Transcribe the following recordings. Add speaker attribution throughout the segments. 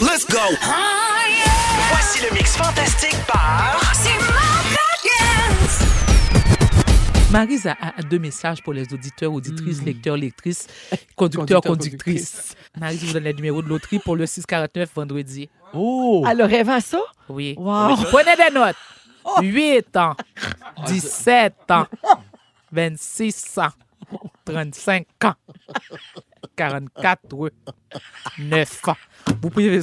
Speaker 1: Let's go!
Speaker 2: Voici le mix fantastique par...
Speaker 3: Marise a, a- a deux messages pour les auditeurs, auditrices, lecteurs, lectrices, Mm.
Speaker 4: Conducteur,
Speaker 3: conducteurs, conductrices. Marise vous donne le numéro de loterie pour le 649 vendredi.
Speaker 4: Oh!
Speaker 5: Alors, rêvant ça?
Speaker 3: Oui.
Speaker 5: Wow. Oh!
Speaker 3: Prenez des notes. 8 ans, 17 ans, 26 ans, 35 ans, 44 9 ans. Vous pouvez...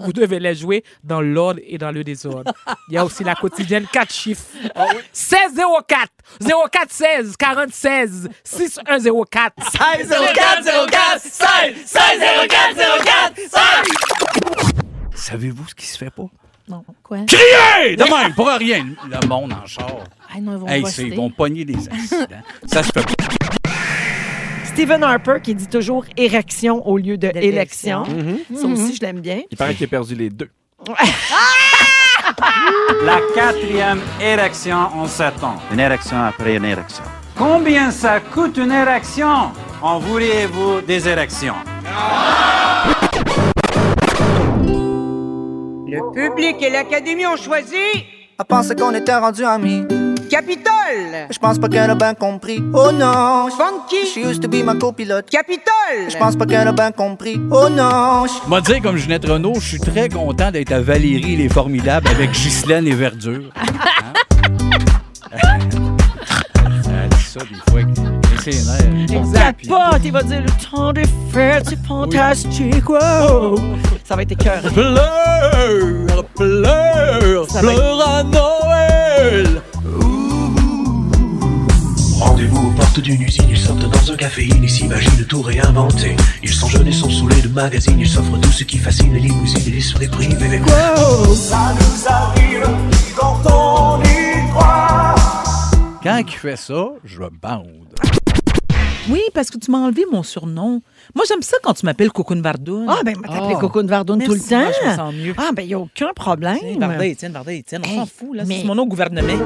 Speaker 3: Vous devez les jouer dans l'ordre et dans le désordre. Il y a aussi la quotidienne 4 chiffres. 16 04 04 16 40 16 6 1 04 16 04 04 16 16 04 04 16
Speaker 4: Savez-vous ce qui se fait pas?
Speaker 5: Non, quoi?
Speaker 4: Crier! De même, pour rien. Le monde en char.
Speaker 5: Ah non, ils vont
Speaker 4: Hey, c'est-
Speaker 5: poster.
Speaker 4: ils vont pogner des accidents. Ça se peut pas.
Speaker 5: Stephen Harper qui dit toujours érection au lieu de élection. Ça aussi, je l'aime bien.
Speaker 6: Il paraît qu'il a perdu les deux.
Speaker 7: La quatrième érection en sept ans.
Speaker 8: Une érection après une érection.
Speaker 7: Combien ça coûte une érection En voulez-vous des érections
Speaker 9: Le public et l'académie ont choisi
Speaker 10: Je pensais qu'on était rendu amis.
Speaker 9: Capitole,
Speaker 10: Je pense pas qu'elle a bien compris. Oh non, she
Speaker 9: Funky,
Speaker 10: used to be ma copilote.
Speaker 9: Capitole.
Speaker 10: Je pense pas qu'elle a bien compris. Oh non,
Speaker 4: Je vais dire, comme Ginette Renault, je suis très content d'être à Valérie les Formidables avec Ghislaine et Verdure. Hein? Elle dit ça des fois. avec ses nerfs.
Speaker 5: Exact. Pas, il va dire le temps des fêtes, c'est fantastique. wow. Ça va être écœurant.
Speaker 4: Pleure, pleure,
Speaker 5: Ça va être-
Speaker 4: pleure à Noël.
Speaker 11: Rendez-vous aux portes d'une usine, ils sortent dans un café, ils s'imaginent tout réinventer. Ils sont jeunes et sont saoulés de magazines, ils s'offrent tout ce qui fascine, les limousines et les soirées privées.
Speaker 4: Quand il fait ça, je bande.
Speaker 3: Oui, parce que tu m'as enlevé mon surnom. Moi, j'aime ça quand tu m'appelles Cocoon Vardoune.
Speaker 5: Ah, ben, on va t'appeler
Speaker 3: Oh.
Speaker 5: Cocoon Vardoune tout le
Speaker 3: Merci,
Speaker 5: temps.
Speaker 3: moi, je me sens mieux.
Speaker 5: Ah, ben, il n'y a aucun problème.
Speaker 3: Tiens, Varda, Étienne, Varda, Étienne, on
Speaker 5: Hey,
Speaker 3: s'en fout, là.
Speaker 5: mais-
Speaker 3: C'est mon nom au gouvernement.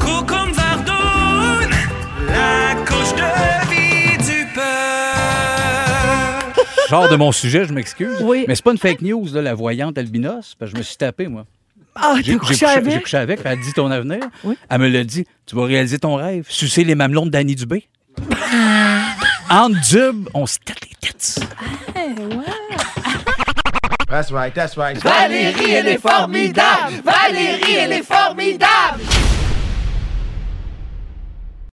Speaker 2: Cocoon Vardoune, la couche de vie du peuple.
Speaker 4: Genre de mon sujet, je m'excuse.
Speaker 5: Oui.
Speaker 4: Mais c'est pas une fake news, là, la voyante albinos, parce que je me suis tapé, moi.
Speaker 5: Ah,
Speaker 4: J'ai
Speaker 5: t'as
Speaker 4: j'ai
Speaker 5: couché
Speaker 4: couché, j'ai
Speaker 5: avec?
Speaker 4: couché avec, puis elle dit ton avenir.
Speaker 5: Oui.
Speaker 4: Elle me l'a dit, tu vas réaliser ton rêve, sucer les mamelons de Danny Dubé.
Speaker 5: Ah.
Speaker 4: en dub, on se tête les têtes.
Speaker 6: That's right, that's right.
Speaker 3: Valérie, elle est formidable! Valérie, elle est formidable!